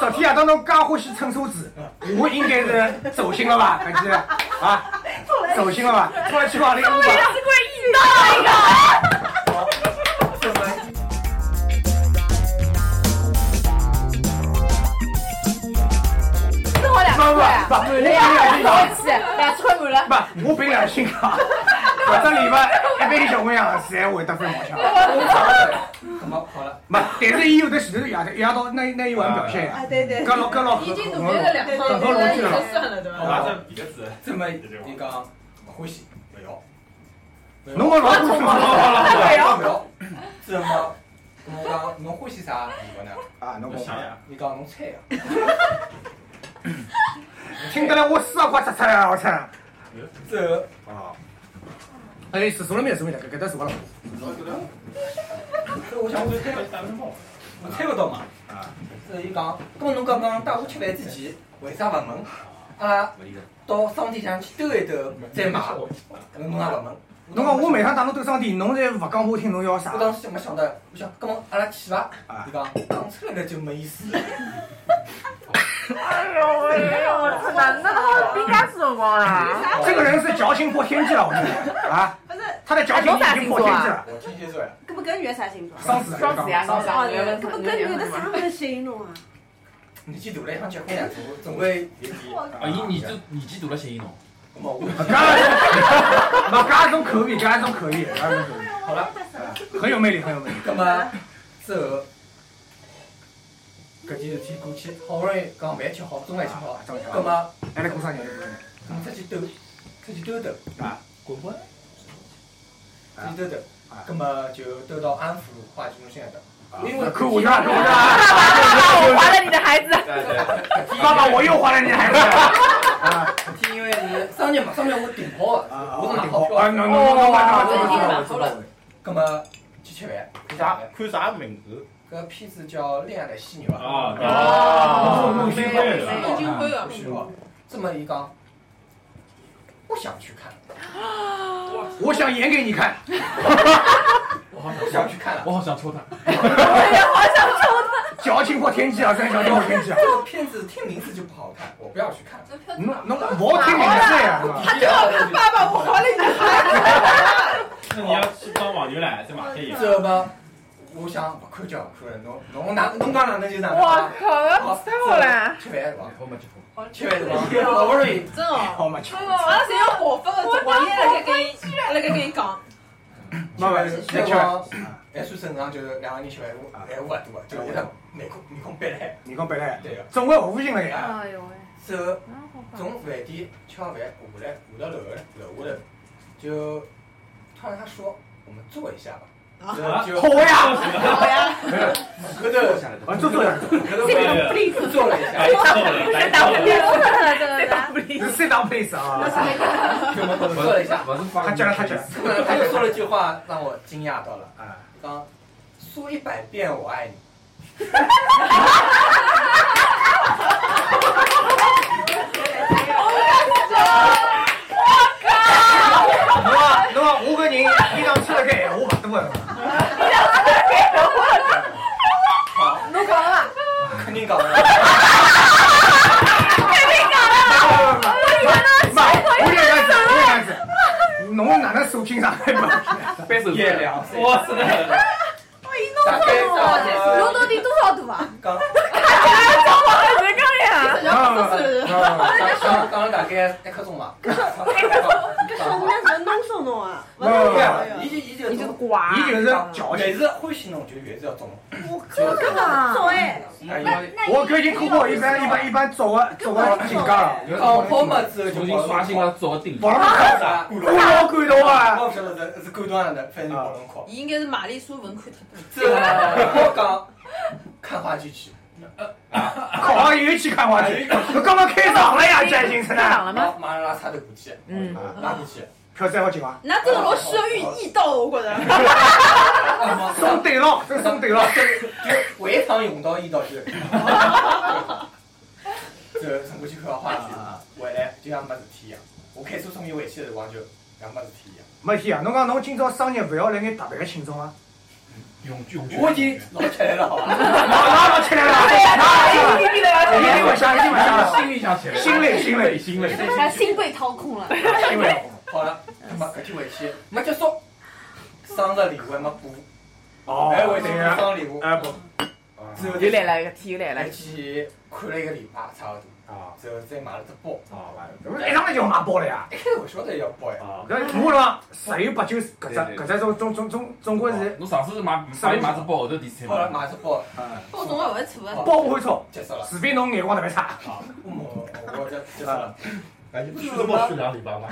[SPEAKER 3] 昨天夜到侬介欢喜乘车子，我应该是走心了吧？搿是啊，走心了吧？突然去往里屋吧。
[SPEAKER 4] 正好两
[SPEAKER 3] 不不
[SPEAKER 4] 千块啊！
[SPEAKER 3] 不，我凭良心
[SPEAKER 4] 好
[SPEAKER 3] 讲，
[SPEAKER 4] 气，两千块满了。
[SPEAKER 3] 不，我凭良心讲，搿只礼拜一般小姑娘侪会得翻毛腔。
[SPEAKER 5] 那么好了，
[SPEAKER 3] 没，但是伊有的前头夜到夜到那那一晚表现呀，
[SPEAKER 6] 对对
[SPEAKER 3] 搿老搿老
[SPEAKER 6] 已经
[SPEAKER 3] 很
[SPEAKER 6] 努力了两趟
[SPEAKER 3] 很
[SPEAKER 6] 了，
[SPEAKER 3] 容
[SPEAKER 6] 已
[SPEAKER 3] 易
[SPEAKER 6] 经
[SPEAKER 3] 了。
[SPEAKER 6] 算了对吧？
[SPEAKER 7] 拿只别子。
[SPEAKER 5] 这么伊讲不欢喜，不要。不要
[SPEAKER 3] 侬个老公是
[SPEAKER 7] 好
[SPEAKER 3] 吗？
[SPEAKER 7] 了
[SPEAKER 5] 不要不要，怎么？我讲侬欢喜啥礼物呢？
[SPEAKER 3] 啊，侬
[SPEAKER 7] 我
[SPEAKER 3] 讲
[SPEAKER 7] 想
[SPEAKER 3] 啥
[SPEAKER 7] 呀，
[SPEAKER 5] 你讲侬菜啊？
[SPEAKER 3] 听得来我四啊块出出来啊，我操！
[SPEAKER 5] 最后
[SPEAKER 3] 啊，哎，是做了没有？做没了？搿搿搭做了。
[SPEAKER 5] 所以我想我猜我猜不到嘛。
[SPEAKER 3] 啊，
[SPEAKER 5] 所以伊讲，跟侬刚刚带我吃饭之前，为啥勿问？阿拉到商店上去兜一兜再买，搿侬也勿问。
[SPEAKER 3] 侬讲我每趟打侬兜商店，侬侪勿讲我听侬要啥
[SPEAKER 5] 我？当时就没想到，我想，搿么阿拉去伐？伊讲讲出来了就没意思了。
[SPEAKER 4] 哎呦，我操！哪能好饼干吃辰光啦？
[SPEAKER 3] 这个人是矫情破天际了，我跟你讲啊，
[SPEAKER 6] 不是，
[SPEAKER 3] 他的矫情已经破天际了，
[SPEAKER 5] 我天蝎座呀，
[SPEAKER 6] 搿么搿女的啥星座？
[SPEAKER 3] 双子啊，
[SPEAKER 4] 双子呀，双子啊，
[SPEAKER 6] 搿么搿女的啥能够吸引侬啊？
[SPEAKER 5] 年纪大了，想结婚呀，总总归有点。
[SPEAKER 7] 啊，伊年纪年纪大了吸引侬。
[SPEAKER 5] 搿么我
[SPEAKER 3] 搿种，勿搿种口味，搿种口味，搿种口
[SPEAKER 5] 好了，
[SPEAKER 3] 味，很有魅力，很有魅力。
[SPEAKER 5] 搿么之后，搿件事体过去，好不容易讲饭吃好，中饭吃好，搿么
[SPEAKER 3] 来来，过生日，来过生日，
[SPEAKER 5] 我们出去兜，出去兜兜，
[SPEAKER 3] 啊，
[SPEAKER 5] 滚滚，
[SPEAKER 3] 啊
[SPEAKER 5] 出去兜兜，
[SPEAKER 3] 啊
[SPEAKER 5] 搿么就兜到安福路花集中啊心那搭。因为
[SPEAKER 3] 看我去了，看我去了。
[SPEAKER 4] 爸爸，爸爸，我怀了你的孩子。
[SPEAKER 7] 对对。
[SPEAKER 3] 爸爸，我又怀了你孩子啊！
[SPEAKER 5] 搿天因为是商业嘛，商业我订好的，我是买好
[SPEAKER 3] 啊，
[SPEAKER 5] 票
[SPEAKER 3] 侬
[SPEAKER 5] 的。
[SPEAKER 3] 侬侬侬侬
[SPEAKER 6] 好了，
[SPEAKER 5] 搿么去吃饭，
[SPEAKER 8] 看啥？看啥名字？
[SPEAKER 5] 搿片子叫《恋爱的犀牛》啊，
[SPEAKER 7] 啊。
[SPEAKER 8] 哦
[SPEAKER 7] 孟
[SPEAKER 8] 孟
[SPEAKER 7] 京
[SPEAKER 8] 京
[SPEAKER 7] 辉
[SPEAKER 8] 辉
[SPEAKER 7] 了。
[SPEAKER 6] 已经会了
[SPEAKER 5] 不。需要。这么一讲，不想去看，
[SPEAKER 3] 我想演给你看，
[SPEAKER 5] 我好不想去看了。啊
[SPEAKER 7] 我好想抽他。
[SPEAKER 3] 矫情破天际啊，真的矫情破天际啊！
[SPEAKER 5] 这个片子听名字就不好看，我不要去看。
[SPEAKER 3] 侬侬勿好听名字呀，
[SPEAKER 5] 他就要看爸爸，我好了。
[SPEAKER 7] 那你要去帮黄牛来，再买些
[SPEAKER 5] 这吧，我想勿看就勿看了，侬侬哪侬讲哪能就哪能。
[SPEAKER 4] 我靠，
[SPEAKER 5] 好
[SPEAKER 4] 太好了！！
[SPEAKER 5] 吃饭是伐？
[SPEAKER 7] 好嘛结婚，
[SPEAKER 5] 吃饭是伐？好不容易，
[SPEAKER 6] 真哦，
[SPEAKER 3] 好嘛，吃
[SPEAKER 6] 我拉侪要爆发的，我也辣盖跟伊，辣盖跟伊 讲，
[SPEAKER 3] 慢慢
[SPEAKER 5] 吃
[SPEAKER 3] 来吃
[SPEAKER 5] 饭辰
[SPEAKER 3] 饭。
[SPEAKER 5] 光还算正常，就是两个人吃饭，我闲话勿多，就一趟面孔面孔板来。
[SPEAKER 3] 你讲白来，
[SPEAKER 5] 对个，
[SPEAKER 3] 总归服务性了呀。
[SPEAKER 5] 啊，
[SPEAKER 9] 哎呦喂！
[SPEAKER 5] 之后
[SPEAKER 4] 嗯
[SPEAKER 5] 从饭店吃完饭下来，下到楼下楼下头，就突然他说我们坐一下吧。
[SPEAKER 7] 啊
[SPEAKER 5] 就
[SPEAKER 3] 好
[SPEAKER 5] 后
[SPEAKER 3] 呀，
[SPEAKER 6] 好呀，
[SPEAKER 5] 头
[SPEAKER 3] 啊，坐坐下，
[SPEAKER 5] 后头坐了一下，
[SPEAKER 7] 来到了，
[SPEAKER 3] 是 sit down please 啊。
[SPEAKER 5] 坐了一下，
[SPEAKER 7] 不是发，
[SPEAKER 3] 他叫了他叫了，
[SPEAKER 5] 突然他又说了一句话让我惊讶到了，
[SPEAKER 3] 啊，
[SPEAKER 5] 刚说一百遍我爱你。
[SPEAKER 3] 侬啊侬啊，我个人平常吃了个闲话勿多的，
[SPEAKER 6] 侬讲了伐？
[SPEAKER 5] 肯定搞的。
[SPEAKER 3] 妈，我这样子，我这样子，侬哪能手轻上来嘛？
[SPEAKER 7] 掰手
[SPEAKER 5] 月亮
[SPEAKER 7] 哇塞，
[SPEAKER 5] 大概
[SPEAKER 9] 侬
[SPEAKER 5] 到
[SPEAKER 9] 到底多少度 啊？
[SPEAKER 5] 刚
[SPEAKER 4] 是这样，
[SPEAKER 5] 刚刚刚大概一刻钟嘛。
[SPEAKER 6] 搿人家是弄怂侬啊，勿
[SPEAKER 3] 没有
[SPEAKER 6] 侬
[SPEAKER 3] 没
[SPEAKER 6] 搿
[SPEAKER 3] 有
[SPEAKER 6] 个
[SPEAKER 5] 伊就伊就
[SPEAKER 4] 你就是瓜。
[SPEAKER 3] 伊就是矫
[SPEAKER 5] 每
[SPEAKER 3] 情，
[SPEAKER 5] 次欢喜侬就越是要中。
[SPEAKER 6] 我靠，搿个早哎，
[SPEAKER 5] 哎
[SPEAKER 9] 那
[SPEAKER 5] 呀，
[SPEAKER 9] 那
[SPEAKER 3] 我搿已经看过一般一般一般走个走个警告了，
[SPEAKER 5] 哦，好嘛之后就
[SPEAKER 7] 重新刷新了做顶，
[SPEAKER 3] 网上看啥？
[SPEAKER 5] 啥？
[SPEAKER 3] 我好感动啊！
[SPEAKER 5] 我不晓得是是感动的，反正就不能哭。
[SPEAKER 6] 伊应该是玛丽苏文看太多。
[SPEAKER 5] 这我讲看话剧去，
[SPEAKER 3] 考完又去看话剧，我刚刚开场了呀，这已经是
[SPEAKER 4] 开场
[SPEAKER 3] 呢。
[SPEAKER 4] 了
[SPEAKER 5] 马
[SPEAKER 4] 吗？
[SPEAKER 5] 马上拉插头过去，
[SPEAKER 4] 嗯，
[SPEAKER 5] 拉过去，
[SPEAKER 3] 票三好进伐？
[SPEAKER 6] 那这个老师要寓意到我觉着，
[SPEAKER 3] 送对了，这送对了。
[SPEAKER 5] 就回场用到一到就。就冲过去看话剧，回来就像没事体一样。我开车送伊回去的辰光就像没事体一样。
[SPEAKER 3] 没事啊，侬讲侬今朝生日勿要来眼特别的庆祝啊？
[SPEAKER 7] 永久
[SPEAKER 5] 我已经老起来了，好吧？
[SPEAKER 3] 那那起来了，那
[SPEAKER 4] 你的
[SPEAKER 3] 一定晚上，一定晚上，
[SPEAKER 7] 心里想起来，
[SPEAKER 3] 心累心累
[SPEAKER 7] 心累，
[SPEAKER 9] 他心被掏空了。
[SPEAKER 3] 因为
[SPEAKER 5] 好了，他妈搿天回去没结束，生日礼物还没补，
[SPEAKER 3] 哦
[SPEAKER 5] 还回去
[SPEAKER 3] 对
[SPEAKER 5] 补
[SPEAKER 3] 啊，
[SPEAKER 5] 生日礼物，
[SPEAKER 3] 哎不
[SPEAKER 5] 之后
[SPEAKER 4] 又来了，一个天又来
[SPEAKER 5] 来
[SPEAKER 4] 了。
[SPEAKER 5] 去看了一个礼拜差不多，
[SPEAKER 3] 啊
[SPEAKER 5] 之后再买了只包。
[SPEAKER 3] 啊，不是一上来就买包了呀？
[SPEAKER 5] 一开始我晓得要包呀，
[SPEAKER 3] 啊，搿我讲十有八九是搿只搿只总总总总总归是
[SPEAKER 7] 侬上次是买买买只包，后头第四天
[SPEAKER 5] 后来
[SPEAKER 7] 买，
[SPEAKER 5] 买只包
[SPEAKER 6] 我总归勿会错的。
[SPEAKER 3] 包不会错，
[SPEAKER 5] 结束了。
[SPEAKER 3] 除非侬眼光特别差。
[SPEAKER 5] 我我就结束了。
[SPEAKER 8] 哎，你不是说去两个礼拜吗？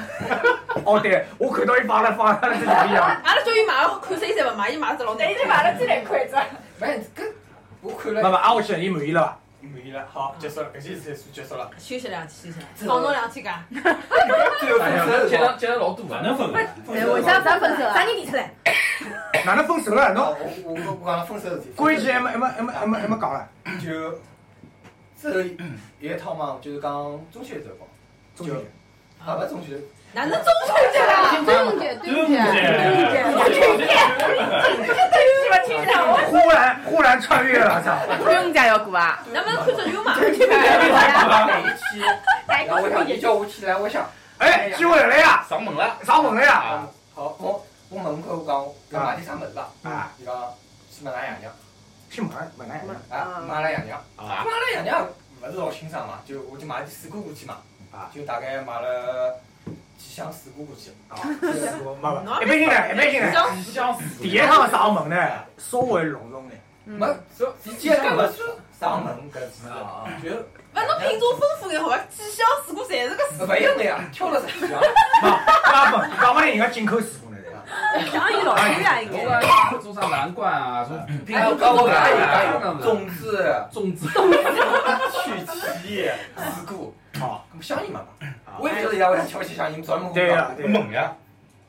[SPEAKER 3] 哦对，我看到伊放了放了只牛逼啊！
[SPEAKER 6] 阿拉叫伊买了，看谁侪勿买，伊买了只老难
[SPEAKER 9] 等于是买了自然筷子。
[SPEAKER 5] 反正搿我看
[SPEAKER 3] 那
[SPEAKER 5] 了
[SPEAKER 3] 么挨下去了，伊满意了伐？
[SPEAKER 5] 满意了，好结束了，搿件事算结束了。
[SPEAKER 6] 休息两天，休息两天，放侬两天假。
[SPEAKER 5] 最后分手
[SPEAKER 7] 接
[SPEAKER 5] 了，
[SPEAKER 7] 了接了老多啊，
[SPEAKER 8] 分的。
[SPEAKER 5] 分手
[SPEAKER 9] 啥
[SPEAKER 5] 了。
[SPEAKER 9] 咱分手啊？
[SPEAKER 6] 人提出来？
[SPEAKER 3] 哪能分手了？
[SPEAKER 5] 我
[SPEAKER 3] 侬
[SPEAKER 5] 我我我讲分手事体。
[SPEAKER 3] 关键还没还没还没还没还没讲了。
[SPEAKER 5] 就之后有一趟嘛，就是讲中秋节辰光，
[SPEAKER 3] 中间
[SPEAKER 5] 啊勿中秋，
[SPEAKER 6] 哪能中秋节啊啦？
[SPEAKER 9] 对对对
[SPEAKER 4] 是吧？听着，我
[SPEAKER 3] 忽然忽然穿越了，操！
[SPEAKER 4] 春节要过啊。
[SPEAKER 6] 能不能看只牛嘛？
[SPEAKER 5] 哪一 期？然后我想你叫我起来，我想
[SPEAKER 3] 哎，机会来了呀，
[SPEAKER 7] 上门了，
[SPEAKER 3] 上门了呀！
[SPEAKER 5] 啊，好，我我问过我讲，我买点啥物事伐？
[SPEAKER 3] 啊，
[SPEAKER 5] 伊讲去买拉爷娘，
[SPEAKER 3] 去买买哪样？
[SPEAKER 5] 啊，买拉爷娘，
[SPEAKER 7] 啊
[SPEAKER 5] 买拉爷娘勿是老清爽嘛，就我就买点水果过去嘛，
[SPEAKER 3] 啊
[SPEAKER 5] 就大概买了几箱水果过去，
[SPEAKER 3] 啊，没没，一般性的，一般性的。
[SPEAKER 7] 吉祥寺
[SPEAKER 3] 第一趟上门呢，稍微隆重点。
[SPEAKER 5] 没，嗯说几箱勿算上门搿事啊，就
[SPEAKER 6] 勿侬品种丰富眼好伐？几箱水果侪是个水
[SPEAKER 5] 勿一样的呀，挑了十几箱，
[SPEAKER 3] 那啊不，那不然人家进口水果呢？
[SPEAKER 6] 果，像伊老师啊，应
[SPEAKER 7] 侬
[SPEAKER 6] 该。
[SPEAKER 7] 讲种啥蓝罐啊，种饼干
[SPEAKER 5] 哎，
[SPEAKER 7] 啊，
[SPEAKER 5] 我讲我讲有
[SPEAKER 7] 种
[SPEAKER 5] 讲有种子、
[SPEAKER 7] 粽子，
[SPEAKER 5] 曲奇、水果，
[SPEAKER 3] 好，
[SPEAKER 5] 咁香烟嘛嘛，我也勿晓得伊拉为啥挑起香烟，专门
[SPEAKER 3] 对呀，对啊呀。
[SPEAKER 8] 猛呀！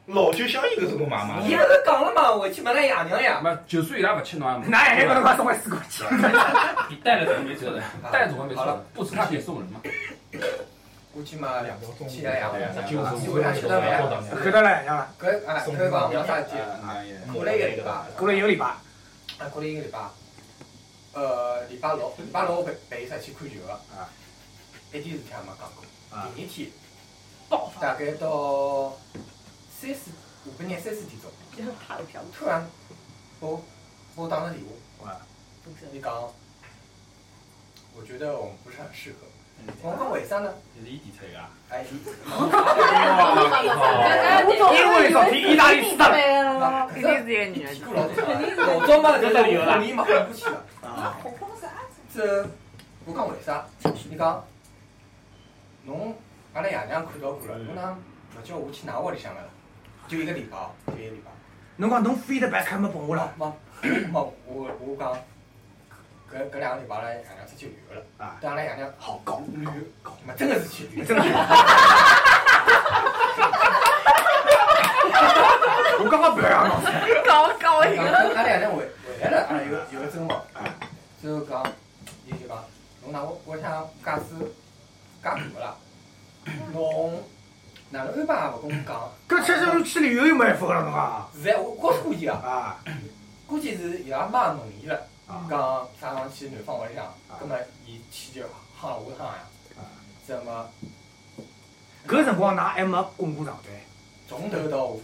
[SPEAKER 8] 老酒香烟搿种买嘛
[SPEAKER 5] 伊拉都讲了嘛，我去买拉爷娘呀，
[SPEAKER 7] 没，就算伊拉勿吃侬也没，
[SPEAKER 3] 那也给他送个水果去。
[SPEAKER 7] 你带了怎么没吃的？带了怎么没吃
[SPEAKER 5] 好
[SPEAKER 7] 的
[SPEAKER 5] 了，？
[SPEAKER 7] 不吃他可以送人嘛。
[SPEAKER 5] 我去买两包粽子，去拉爷娘。
[SPEAKER 8] 就是
[SPEAKER 3] 看到了，样了。
[SPEAKER 5] 搿啊哎，搿个讲没啥事体。过了一个礼拜，
[SPEAKER 3] 啊过了一个礼拜，
[SPEAKER 5] 哎，嗯啊过了一个礼拜，呃，礼拜六，礼拜六我陪陪伊出去看球个，一点事体也没讲过。第二天，
[SPEAKER 6] 爆发！
[SPEAKER 5] 大概到三四下半日三四点钟，突然拨给我打了电话。
[SPEAKER 3] 哇，
[SPEAKER 5] 伊讲，我觉得我们不是很适合。我问为啥呢？
[SPEAKER 7] 就是伊提出来 个啊。
[SPEAKER 5] 哎，
[SPEAKER 7] 哦
[SPEAKER 3] 因为昨天意大利输了，
[SPEAKER 5] 那
[SPEAKER 4] 啊肯定是一个女人
[SPEAKER 5] 提。过老早了，老早嘛就理由了，你嘛回不去了。
[SPEAKER 3] 啊
[SPEAKER 5] 这我讲为啥？伊讲，侬阿拉爷娘看到过了，侬哪勿叫我去㑚屋里向个啦？就一个礼拜哦，就一个礼拜。
[SPEAKER 3] 侬讲侬 feedback 还没拨我了，
[SPEAKER 5] 嘛，嘛，我我讲，搿搿两个礼拜阿拉爷娘出去旅游了，
[SPEAKER 3] 啊
[SPEAKER 5] 但阿拉爷娘好搞旅游，嘛真个是去旅游， 真
[SPEAKER 3] 我刚刚不要让侬，
[SPEAKER 4] 搞搞
[SPEAKER 6] 哎
[SPEAKER 4] 一个，
[SPEAKER 5] 阿拉爷啊娘回回来了，阿拉有有个征兆，最后讲，伊就讲，侬哪屋屋里向架子架大个啦，侬哪能安排也勿跟我讲，啊
[SPEAKER 3] 搿确实去旅游又没办法了侬啊，
[SPEAKER 5] 现在我告诉估计啊，
[SPEAKER 3] 啊
[SPEAKER 5] 估计是伊拉妈同意了，
[SPEAKER 3] 啊
[SPEAKER 5] 讲啥辰光去南方屋里向，葛末伊去就夯了我趟呀，
[SPEAKER 3] 啊，
[SPEAKER 5] 怎么？
[SPEAKER 3] 搿辰光㑚还没滚过长队，
[SPEAKER 5] 从头到尾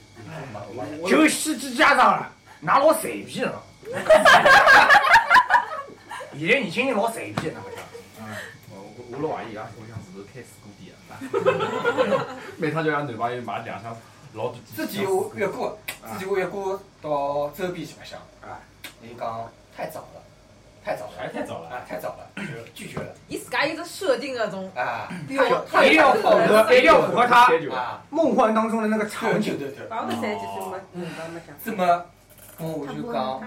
[SPEAKER 5] 没有，
[SPEAKER 3] 就喜剧家长了，㑚老随便 了。现在年轻人老随便，哪个讲？
[SPEAKER 7] 我我老怀疑伊拉屋里向是不是开水果店啊？ 每趟就让男朋友买两箱老多。
[SPEAKER 5] 自己我越过，自己我越过到周边去白相，伊讲太早了，太早
[SPEAKER 7] 还
[SPEAKER 5] 了，
[SPEAKER 7] 是太早了。
[SPEAKER 5] 啊，太早了，就拒绝了，
[SPEAKER 6] 伊自家有只设定的种，
[SPEAKER 5] 啊，
[SPEAKER 3] 一定要符合， 一定要符合他
[SPEAKER 5] 啊，
[SPEAKER 3] 梦幻当中的那个
[SPEAKER 5] 对
[SPEAKER 3] 场景。
[SPEAKER 5] 对对对，
[SPEAKER 4] 把我们三几岁没，没讲。
[SPEAKER 5] 这么，我就讲，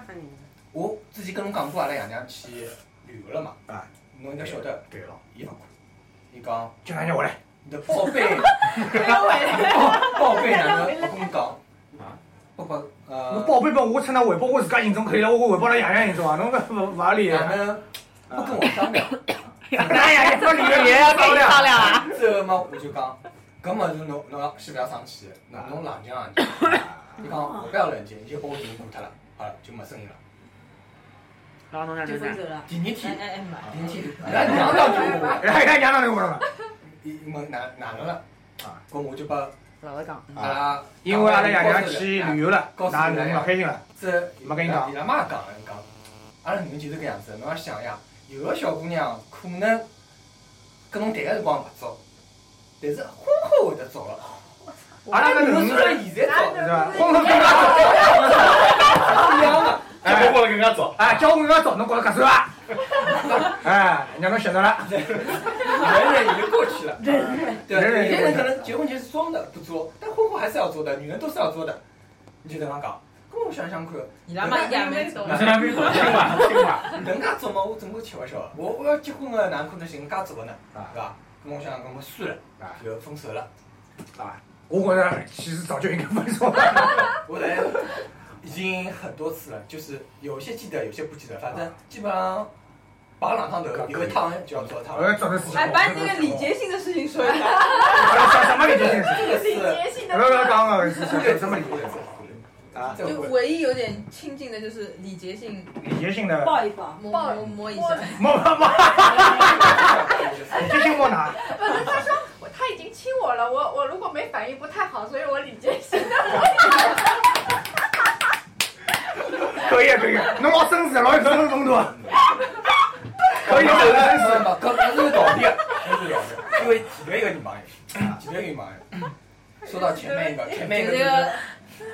[SPEAKER 5] 我之前跟侬讲过，阿拉爷娘去旅游了嘛，
[SPEAKER 3] 啊，
[SPEAKER 5] 侬应该晓得，
[SPEAKER 3] 对了，
[SPEAKER 5] 伊勿管，伊讲
[SPEAKER 3] 叫人家回来，
[SPEAKER 5] 你的报备，报备哪能不跟我讲，
[SPEAKER 7] 啊，
[SPEAKER 5] 不不，
[SPEAKER 3] 侬
[SPEAKER 5] 呃，
[SPEAKER 3] 报备帮我趁他汇报我自家行踪可以了，我汇报了爷娘行踪啊，侬搿勿勿合理
[SPEAKER 5] 哪
[SPEAKER 3] 啊！
[SPEAKER 5] 能不跟我商量？
[SPEAKER 3] 哎呀，也不理也要商量。
[SPEAKER 4] 量啊！
[SPEAKER 5] 这个嘛，我就讲，搿么就侬侬先不要生气，侬侬冷静冷静。啊你讲我不要冷静，你就把我情过脱了，好了就没声音了。
[SPEAKER 4] 然后侬哪
[SPEAKER 9] 就
[SPEAKER 4] 能
[SPEAKER 9] 分
[SPEAKER 4] 讲？
[SPEAKER 9] 手了。
[SPEAKER 5] 第二天，
[SPEAKER 9] 哎
[SPEAKER 5] 第
[SPEAKER 9] 哎哎，妈！
[SPEAKER 5] 二天，俺娘娘就问我，
[SPEAKER 3] 哎呀，娘哪能过了？
[SPEAKER 5] 伊问哪哪能了？搿我就把
[SPEAKER 4] 老实讲，
[SPEAKER 5] 阿拉，
[SPEAKER 3] 啊因为阿拉爷娘去旅游了，㑚人勿开心了。
[SPEAKER 5] 这伊拉妈讲了，讲，阿拉女人就是搿样子，侬要想呀，有个小姑娘可能跟侬谈个辰光勿早，但是婚后会得早了。
[SPEAKER 3] 阿拉搿
[SPEAKER 5] 侬
[SPEAKER 3] 女
[SPEAKER 5] 虽
[SPEAKER 3] 是
[SPEAKER 5] 然现在早，
[SPEAKER 3] 吧？婚后更加早，
[SPEAKER 5] 是一样的。
[SPEAKER 8] 结
[SPEAKER 3] 哎
[SPEAKER 8] 婚了更加早。
[SPEAKER 3] 哎，交关更加早，侬觉着合算伐？哎，让侬晓得了。
[SPEAKER 5] 忍忍已经过去了，对，
[SPEAKER 3] 忍忍已
[SPEAKER 5] 有
[SPEAKER 3] 经过去
[SPEAKER 5] 些人可
[SPEAKER 3] 了
[SPEAKER 5] 能结婚前是装的不作，但婚后还是要做的，女人都是要做的。你就这样讲，跟我想想看，
[SPEAKER 6] 伊拉妈也没懂。
[SPEAKER 7] 还没听 嘛听嘛。
[SPEAKER 5] 人家做嘛，我怎么吃不消？我我要结婚的，哪能可能是人家做的呢？
[SPEAKER 3] 啊
[SPEAKER 5] 对吧？跟我想想，跟我算了，就分手了。
[SPEAKER 3] 啊，我觉着其实早就应该分手了。
[SPEAKER 5] 我来已经很多次了，就是有些记得，有些不记得，反正基本上拔两趟头，有一趟就要做一趟。
[SPEAKER 3] 我要找个事情
[SPEAKER 6] 哎，把你那个礼节性的事情说一下。
[SPEAKER 3] 什什么理解？
[SPEAKER 5] 这个是
[SPEAKER 9] 节性
[SPEAKER 3] 不要不要讲了，
[SPEAKER 5] 忽略
[SPEAKER 3] 是什么理解？啊，
[SPEAKER 5] 这个
[SPEAKER 6] 就
[SPEAKER 5] 会
[SPEAKER 6] 唯一有点亲近的就是礼节性，
[SPEAKER 3] 礼节性的，
[SPEAKER 9] 抱一抱，
[SPEAKER 6] 摸摸摸一下。
[SPEAKER 3] 摸摸摸，礼节性摸哪？
[SPEAKER 9] 不是他说我他已经亲我了，我我如果没反应不太好，所以我礼节性。
[SPEAKER 3] 可以啊可以，侬老绅士，老有绅士风度。可以，老啊有绅士。
[SPEAKER 5] 嘛，搿搿是有道理的，搿是有道理的。因为前面一个女朋友，前面一个女朋友，说到前面一个，前面一个就是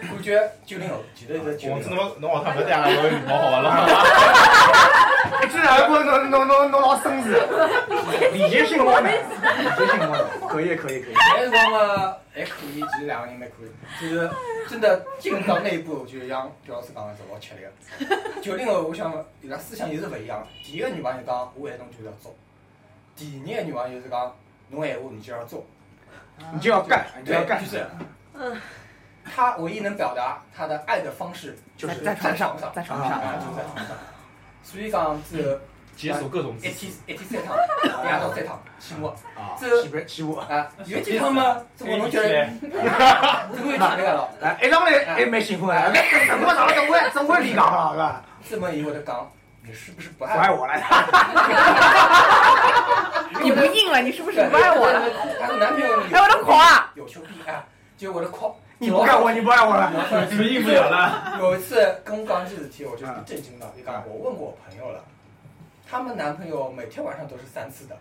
[SPEAKER 5] 感觉九零后，前头是九
[SPEAKER 8] 我
[SPEAKER 5] 零
[SPEAKER 8] 子
[SPEAKER 5] 后。
[SPEAKER 8] 侬侬下趟勿带阿拉老毛好了。
[SPEAKER 3] 一句两哎不，侬侬侬侬老绅士。礼节性摸哪？礼节性摸哪？可以啊可以可以。
[SPEAKER 5] 那辰光嘛还可以，其实两个人蛮可以，就是真的进入到那一步，就是像刁老师讲的是老吃力的。九零后，我想伊拉思想又是勿一样。第一个女朋友讲，我爱侬就是要做；第二个女朋友是讲，侬爱我你就要做。
[SPEAKER 3] 你就要干，你就
[SPEAKER 5] 对
[SPEAKER 3] 要，干
[SPEAKER 5] 就。是，他唯一能表达他的爱的方式就是
[SPEAKER 4] 在
[SPEAKER 5] 在
[SPEAKER 4] 床
[SPEAKER 5] 床上，
[SPEAKER 4] 在床
[SPEAKER 5] 啊，
[SPEAKER 4] 上
[SPEAKER 5] 就在床上。所以讲是
[SPEAKER 7] 解锁各种
[SPEAKER 5] 一
[SPEAKER 7] 姿势
[SPEAKER 5] 天一天三趟，夜到三趟，起码
[SPEAKER 7] 啊。
[SPEAKER 5] 这
[SPEAKER 3] 起别起我。
[SPEAKER 5] 啊，有几趟嘛，这我侬觉得这个有几个了？
[SPEAKER 3] 哎，一上来还蛮兴奋 的，哎，怎么上来总归总归离岗了，是吧？
[SPEAKER 5] 这么以后的讲，你是不是不
[SPEAKER 3] 不爱
[SPEAKER 5] 爱我？
[SPEAKER 3] 哎我了。
[SPEAKER 4] 你不硬了，你是不是不爱我了？
[SPEAKER 5] 她的男朋友
[SPEAKER 4] 哎，我的狂啊！
[SPEAKER 5] 有求必应啊，就我的狂，
[SPEAKER 3] 你不爱我，你不爱我了。
[SPEAKER 7] 适应不了了。
[SPEAKER 5] 有一次跟我讲这事体，我就是震惊到，就讲我问过我朋友了，他们男朋友每天晚上都是三次的。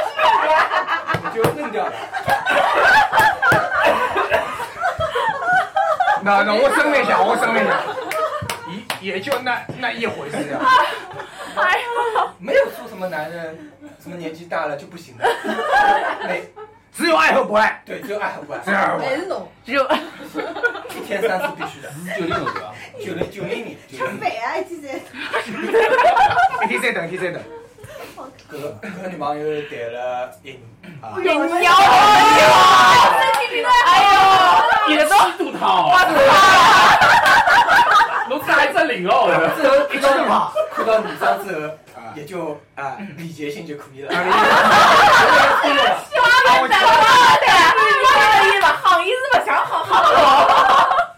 [SPEAKER 5] 我就愣掉了，
[SPEAKER 3] 那那我声明一下，我声明一下，也也就那那一回事啊呀。
[SPEAKER 5] 没有说什么男人什么年纪大了就不行了，没
[SPEAKER 3] 只有爱和不爱，
[SPEAKER 5] 对，只有爱和不爱
[SPEAKER 3] 只，有爱和不
[SPEAKER 6] 还
[SPEAKER 3] 爱。
[SPEAKER 6] 是侬，
[SPEAKER 4] 只有
[SPEAKER 5] 一天三次必须的。
[SPEAKER 7] 九零后对吧？
[SPEAKER 5] 九零九零年，九零年，
[SPEAKER 9] 肥啊，姐姐，
[SPEAKER 3] 一天三等，一天三等。
[SPEAKER 5] 搿个搿个女朋友谈了一年啊，
[SPEAKER 4] 有有有，哎呦，也都
[SPEAKER 8] 肚套， 侬这还真灵 哦！
[SPEAKER 5] 之后看
[SPEAKER 3] 是
[SPEAKER 5] 到
[SPEAKER 3] 吧
[SPEAKER 5] 你看到女生之后，
[SPEAKER 3] 啊
[SPEAKER 5] 也就啊礼节性就可以了。
[SPEAKER 3] 啊，我去，
[SPEAKER 4] 对，我意思好意思不想好好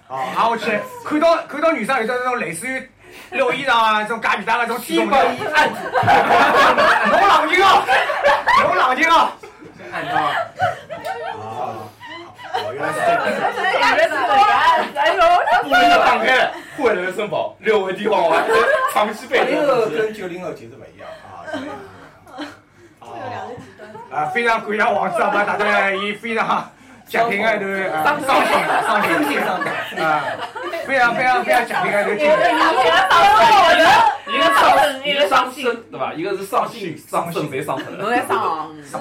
[SPEAKER 3] 啊，我去，看到看到女生有的那种类似于晾衣裳啊，这种假皮带啊，这种体
[SPEAKER 5] 先
[SPEAKER 3] 重
[SPEAKER 5] 把
[SPEAKER 3] 的，
[SPEAKER 5] 伊 按住，
[SPEAKER 3] 侬冷静啊，侬冷静啊。
[SPEAKER 5] 按住。
[SPEAKER 3] 啊，我原来是这样。
[SPEAKER 4] 觉得哎呦，
[SPEAKER 8] 不能打开，坏人生宝，六味地黄丸，长期
[SPEAKER 5] 八
[SPEAKER 8] 被
[SPEAKER 5] 零后跟九零后其实不一样啊，对
[SPEAKER 3] 啊，非常感谢王子阿爸带来伊非常强劲的一段啊伤心伤
[SPEAKER 5] 真
[SPEAKER 3] 心
[SPEAKER 5] 情上感。
[SPEAKER 3] 啊，非常非常非常啊强劲的一段经 历。
[SPEAKER 4] 你个上
[SPEAKER 8] 一个上一
[SPEAKER 4] 身，我的
[SPEAKER 8] 个上身，对吧？一个是上性上肾，谁上肾？
[SPEAKER 4] 侬在上，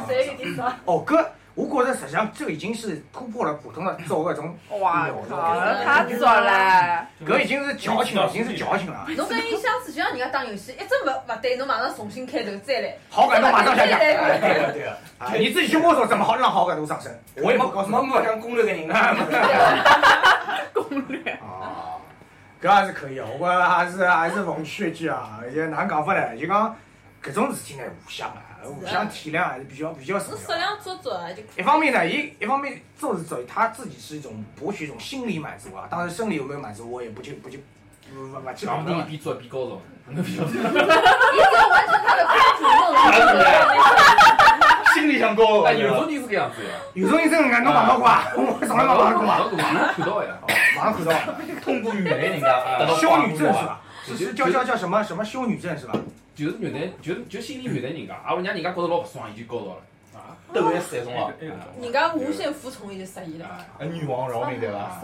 [SPEAKER 9] 谁给你说？
[SPEAKER 3] 哦，哥，我觉着实际上这已经是突破了普通的做搿种，
[SPEAKER 4] 哇靠，太早了，
[SPEAKER 3] 搿已经是矫情了，已经是矫情了。
[SPEAKER 6] 侬跟伊相处就像人家打游戏，一直勿勿对，侬马上重新开头再来。
[SPEAKER 3] 好感度马上下降，
[SPEAKER 5] 对啊对啊对啊，
[SPEAKER 3] 啊你自己去摸索怎么好让好感度上升，我也没告诉
[SPEAKER 5] 没
[SPEAKER 3] 你。
[SPEAKER 5] 没讲攻略给人
[SPEAKER 3] 啊
[SPEAKER 5] 家。
[SPEAKER 4] 攻略，
[SPEAKER 3] 啊，搿还是可以啊，我觉着还是还是奉劝一句啊，也难讲法唻，就讲搿种事体呢，互相啊，互相体谅还是比较比较重要
[SPEAKER 6] 侬适
[SPEAKER 3] 的。
[SPEAKER 6] 量做做啊，就
[SPEAKER 3] 一方面呢，一一方面做是做，他自己是一种博取一种心理满足啊，当然生理有没有满足，我也不去不去不不不去评
[SPEAKER 7] 讲不
[SPEAKER 3] 论
[SPEAKER 7] 定一
[SPEAKER 3] 了。
[SPEAKER 7] 比做比高中，那比较
[SPEAKER 6] 伊只要完成他的公主梦，
[SPEAKER 8] 心里想高
[SPEAKER 7] 哎，有时候你是这样子呀，
[SPEAKER 3] 有时候你真的侬碰到过啊，我从来没碰到过啊，
[SPEAKER 7] 我看到呀，
[SPEAKER 3] 马上看到啊。
[SPEAKER 8] 通过虐待人家，得到
[SPEAKER 3] 修女症是
[SPEAKER 8] 是吧？
[SPEAKER 3] 吧？是是叫叫叫什么什么修女症是吧？
[SPEAKER 7] 就是虐待，就是就心里虐待人家，啊，让人家觉得老不爽，伊就高潮了。啊，
[SPEAKER 8] 斗 S 那种啊，
[SPEAKER 6] 人家无限服从伊就适意了。
[SPEAKER 8] 哎
[SPEAKER 5] 哎
[SPEAKER 8] 女王饶命对吧？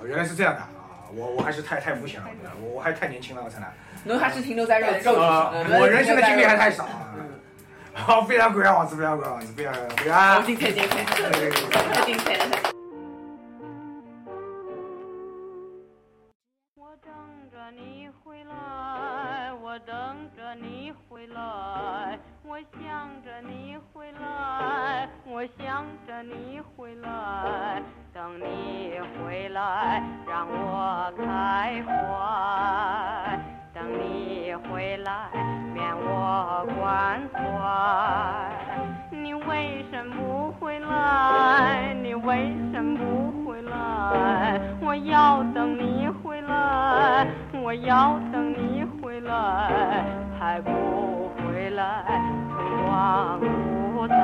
[SPEAKER 3] 哦原来是这样的啊！我我还是太太肤浅了，我我还太年轻了，我才来。
[SPEAKER 4] 侬还是停留在肉体
[SPEAKER 3] 啊
[SPEAKER 4] 上，，
[SPEAKER 3] 我人生的经历还太少啊。好，非常感谢王子，非常感谢王子，非常感谢
[SPEAKER 4] 好
[SPEAKER 3] 啊！
[SPEAKER 4] 精彩，精彩，
[SPEAKER 3] 对对对
[SPEAKER 4] 太精彩了。
[SPEAKER 10] 我等着你回来，我等着你回来，我想着你回来，我想着你回来，等你回来让我开怀，等你回来免我关怀。你为什么不回来？你为什么不回来？我要等你回来，我要等你回来，还不回来，春光不再，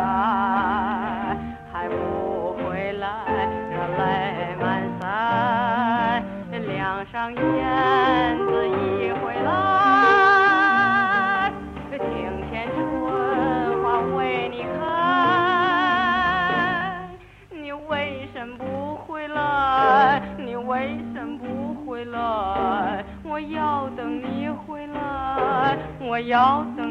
[SPEAKER 10] 还不回来，热泪满腮，两上燕子一回来，庭前春花为你开。你为什么不回来？你为什么不回来？我要等你回来，我要等